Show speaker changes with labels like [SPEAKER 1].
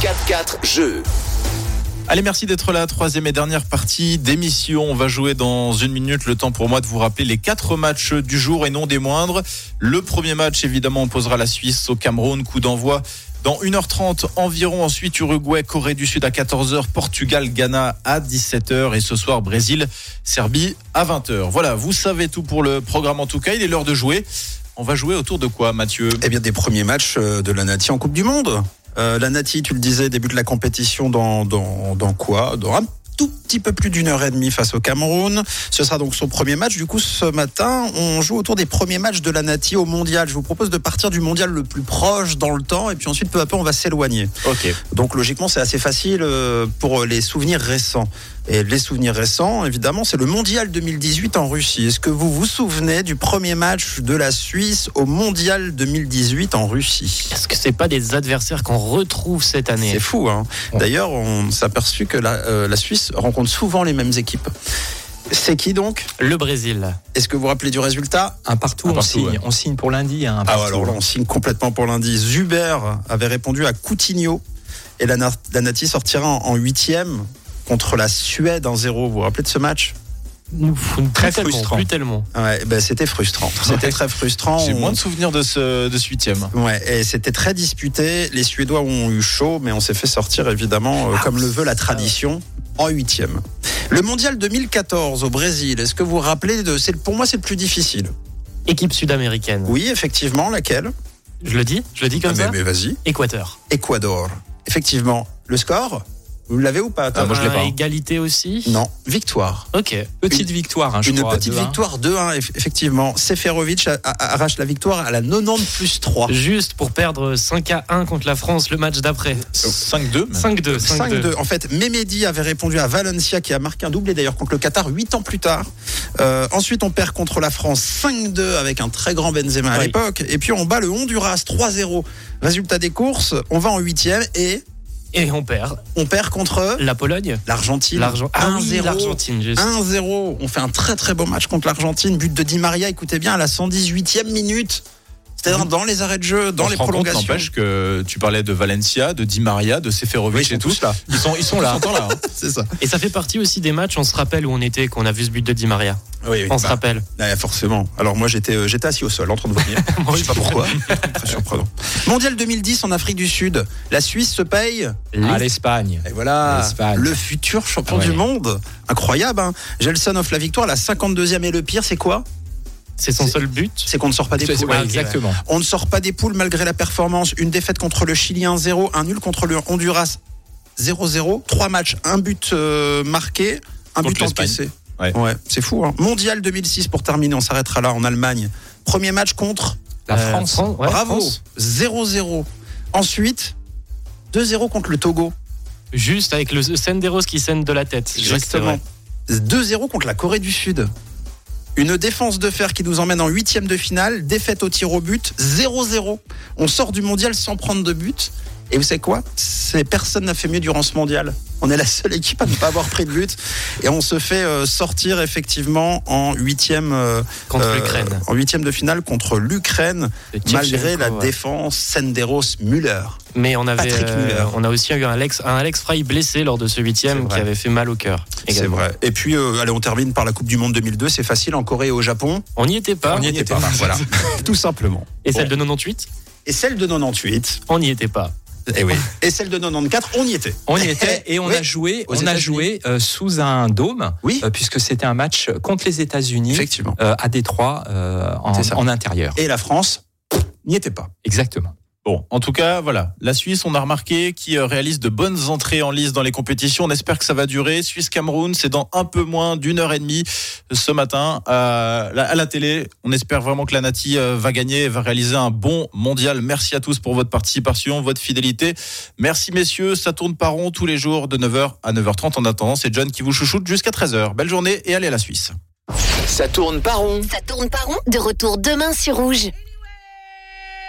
[SPEAKER 1] 4 jeux.
[SPEAKER 2] Allez, merci d'être là. Troisième et dernière partie d'émission. On va jouer dans une minute. Le temps pour moi de vous rappeler les quatre matchs du jour et non des moindres. Le premier match, évidemment, on posera la Suisse au Cameroun. Coup d'envoi dans 1h30 environ. Ensuite, Uruguay, Corée du Sud à 14h, Portugal, Ghana à 17h. Et ce soir, Brésil, Serbie à 20h. Voilà, vous savez tout pour le programme en tout cas. Il est l'heure de jouer. On va jouer autour de quoi, Mathieu
[SPEAKER 3] Eh bien, des premiers matchs euh, de la Nati en Coupe du Monde. Euh, la Nati, tu le disais, débute la compétition dans, dans, dans quoi Dans un tout petit peu plus d'une heure et demie face au Cameroun. Ce sera donc son premier match. Du coup, ce matin, on joue autour des premiers matchs de la Nati au mondial. Je vous propose de partir du mondial le plus proche dans le temps et puis ensuite, peu à peu, on va s'éloigner.
[SPEAKER 2] Ok.
[SPEAKER 3] Donc logiquement, c'est assez facile euh, pour les souvenirs récents. Et les souvenirs récents, évidemment, c'est le Mondial 2018 en Russie. Est-ce que vous vous souvenez du premier match de la Suisse au Mondial 2018 en Russie
[SPEAKER 4] Est-ce que c'est pas des adversaires qu'on retrouve cette année
[SPEAKER 3] C'est fou, hein
[SPEAKER 4] Ouais.
[SPEAKER 3] D'ailleurs, on s'est aperçu que la, euh, la Suisse rencontre souvent les mêmes équipes. C'est qui donc
[SPEAKER 4] Le Brésil.
[SPEAKER 3] Est-ce que vous vous rappelez du résultat
[SPEAKER 5] Un partout,
[SPEAKER 2] Un
[SPEAKER 5] on,
[SPEAKER 2] partout,
[SPEAKER 5] signe,
[SPEAKER 2] ouais.
[SPEAKER 5] on signe pour lundi. hein, un
[SPEAKER 3] Ah
[SPEAKER 5] partout.
[SPEAKER 3] alors là, on signe complètement pour lundi. Zuber avait répondu à Coutinho et la, Na- la Nati sortira en en huitième contre la Suède 1-0. Vous vous rappelez de ce match
[SPEAKER 4] Très tellement,
[SPEAKER 5] frustrant.
[SPEAKER 4] Plus tellement.
[SPEAKER 3] Ouais, ben c'était frustrant. C'était très
[SPEAKER 5] Oh.
[SPEAKER 3] frustrant.
[SPEAKER 2] J'ai
[SPEAKER 3] On-
[SPEAKER 2] moins de souvenirs de ce, de ce huitième.
[SPEAKER 3] Ouais, et c'était très disputé. Les Suédois ont eu chaud, mais on s'est fait sortir évidemment, euh, comme le veut la tradition, en huitième. Le mondial 2014 au Brésil, est-ce que vous vous rappelez de. c'est- Pour moi, c'est le plus difficile.
[SPEAKER 4] Équipe sud-américaine.
[SPEAKER 3] Oui, effectivement, laquelle
[SPEAKER 4] Je le dis Je le dis comme
[SPEAKER 3] Ah, mais,
[SPEAKER 4] ça
[SPEAKER 3] Eh ben, mais vas-y.
[SPEAKER 4] Équateur.
[SPEAKER 3] Équador. Effectivement. Le score Vous l'avez ou pas hein. Tom
[SPEAKER 2] Ah, moi, je l'ai
[SPEAKER 4] Un
[SPEAKER 2] pas.
[SPEAKER 4] Égalité aussi
[SPEAKER 3] Non, victoire.
[SPEAKER 4] Ok.
[SPEAKER 5] Petite victoire, hein, je
[SPEAKER 3] Une
[SPEAKER 5] crois,
[SPEAKER 3] petite
[SPEAKER 5] 2-1.
[SPEAKER 3] victoire 2-1, eff- effectivement. Seferovic a- a- arrache la victoire à la 90 plus 3.
[SPEAKER 4] Juste pour perdre 5 à 1 contre la France le match d'après.
[SPEAKER 2] 5-2 même.
[SPEAKER 4] 5-2. 5-2.
[SPEAKER 3] 5-2. En fait, Memedi avait répondu à Valencia qui a marqué un doublé d'ailleurs contre le Qatar 8 ans plus tard. Euh, ensuite, on perd contre la France 5-2 avec un très grand Benzema à
[SPEAKER 4] Oui.
[SPEAKER 3] l'époque. Et puis on bat le Honduras 3-0. Résultat des courses, on va en huitième et
[SPEAKER 4] Et on perd.
[SPEAKER 3] on perd contre
[SPEAKER 4] La Pologne
[SPEAKER 3] l'Argentine.
[SPEAKER 4] L'Argent- Ah oui,
[SPEAKER 3] 1-0.
[SPEAKER 4] L'Argentine, juste.
[SPEAKER 3] 1-0, on fait un très très beau match contre l'Argentine, but de Di Maria, écoutez bien, à la 118e minute, c'est-à-dire dans les arrêts de jeu, dans
[SPEAKER 2] On
[SPEAKER 3] les
[SPEAKER 2] se rend compte,
[SPEAKER 3] prolongations.
[SPEAKER 2] n'empêche que tu parlais de Valencia, de Di Maria, de
[SPEAKER 3] Oui,
[SPEAKER 2] Seferovic
[SPEAKER 3] ils sont
[SPEAKER 2] et tout.
[SPEAKER 3] tous là,
[SPEAKER 2] Ils sont, ils sont là. là
[SPEAKER 3] c'est ça.
[SPEAKER 4] Et ça fait partie aussi des matchs, on se rappelle où on était, qu'on a vu ce but de Di Maria.
[SPEAKER 3] Oui, oui,
[SPEAKER 4] On se
[SPEAKER 3] bah,
[SPEAKER 4] rappelle.
[SPEAKER 3] Ouais, forcément. Alors moi j'étais euh, j'étais assis au sol en train de vomir. Je sais pas pourquoi. Très surprenant. Mondial 2010 en Afrique du Sud. La Suisse se paye.
[SPEAKER 5] à Ah, l'Espagne.
[SPEAKER 2] hein.
[SPEAKER 3] Et voilà.
[SPEAKER 5] L'Espagne.
[SPEAKER 3] Le futur champion
[SPEAKER 5] Ouais.
[SPEAKER 3] du monde. Incroyable. Hein. Gelson offre la victoire. La 52e et le pire, c'est quoi
[SPEAKER 4] C'est son
[SPEAKER 3] C'est-
[SPEAKER 4] seul but.
[SPEAKER 3] C'est qu'on ne sort pas des
[SPEAKER 5] C'est-
[SPEAKER 3] poules.
[SPEAKER 5] ouais, ah,
[SPEAKER 4] ok,
[SPEAKER 5] exactement.
[SPEAKER 3] On ne sort pas des poules malgré la performance. Une défaite contre le Chili 1-0. Un nul contre le Honduras 0-0. Trois matchs. Un but euh, marqué. Un
[SPEAKER 2] Contre
[SPEAKER 3] but
[SPEAKER 2] l'Espagne.
[SPEAKER 3] encaissé.
[SPEAKER 2] Ouais.
[SPEAKER 3] c'est fou. hein. Mondial 2006 pour terminer. On s'arrêtera là en Allemagne. Premier match contre
[SPEAKER 5] La
[SPEAKER 4] Euh,
[SPEAKER 5] France.
[SPEAKER 4] ouais,
[SPEAKER 3] Bravo.
[SPEAKER 4] France.
[SPEAKER 3] 0-0. Ensuite, 2-0 contre le Togo.
[SPEAKER 4] Juste avec le Senderos qui scène de la tête. Juste,
[SPEAKER 3] Exactement.
[SPEAKER 4] ouais.
[SPEAKER 3] 2-0 contre la Corée du Sud. Une défense de fer qui nous emmène en huitième de finale, défaite au tir au but, 0-0. On sort du mondial sans prendre de but. Et vous savez quoi C'est- Personne n'a fait mieux durant ce mondial. On est la seule équipe à ne pas avoir pris de but. Et on se fait euh, sortir effectivement en huitième, euh,
[SPEAKER 4] Contre
[SPEAKER 3] euh,
[SPEAKER 4] l'Ukraine.
[SPEAKER 3] en huitième de finale contre l'Ukraine,
[SPEAKER 4] Le
[SPEAKER 3] malgré
[SPEAKER 4] Tchevchenko,
[SPEAKER 3] la
[SPEAKER 4] ouais.
[SPEAKER 3] défense Senderos-Müller.
[SPEAKER 4] Mais on avait,
[SPEAKER 3] Patrick
[SPEAKER 4] euh,
[SPEAKER 3] Muller.
[SPEAKER 4] on a aussi eu un Alex, un Alex Fry blessé lors de ce
[SPEAKER 3] C'est
[SPEAKER 4] huitième
[SPEAKER 3] vrai.
[SPEAKER 4] qui avait fait mal au cœur.
[SPEAKER 3] C'est
[SPEAKER 4] également.
[SPEAKER 3] vrai. Et puis, euh, allez, on termine par la Coupe du Monde 2002. C'est facile en Corée et au Japon.
[SPEAKER 4] On n'y était pas.
[SPEAKER 3] On n'y était pas. Voilà, tout simplement.
[SPEAKER 4] Et celle
[SPEAKER 3] Bon.
[SPEAKER 4] de 98
[SPEAKER 3] Et celle de 98.
[SPEAKER 4] On n'y était pas.
[SPEAKER 3] Et Eh oui. Et celle de 94. On y était.
[SPEAKER 5] On y était et on
[SPEAKER 3] Oui,
[SPEAKER 5] a joué,
[SPEAKER 3] aux
[SPEAKER 5] on a
[SPEAKER 3] États-Unis.
[SPEAKER 5] joué euh, sous un dôme,
[SPEAKER 3] Oui.
[SPEAKER 5] euh, puisque c'était un match contre les États-Unis
[SPEAKER 3] Effectivement.
[SPEAKER 5] euh, à Détroit euh, en,
[SPEAKER 3] C'est ça.
[SPEAKER 5] en intérieur.
[SPEAKER 3] Et la France n'y était pas.
[SPEAKER 5] Exactement.
[SPEAKER 2] Bon, en tout cas, voilà. La Suisse, on a remarqué, qui euh, réalise de bonnes entrées en lice dans les compétitions. On espère que ça va durer. Suisse-Cameroun, c'est dans un peu moins d'une heure et demie ce matin euh, la- à la télé. On espère vraiment que la Nati euh, va gagner et va réaliser un bon mondial. Merci à tous pour votre participation, votre fidélité. Merci messieurs, ça tourne par rond tous les jours de 9h à 9h30. En attendant, c'est John qui vous chouchoute jusqu'à 13h. Belle journée et allez à la Suisse.
[SPEAKER 1] Ça tourne pas rond.
[SPEAKER 6] Ça tourne pas rond De retour demain sur Rouge.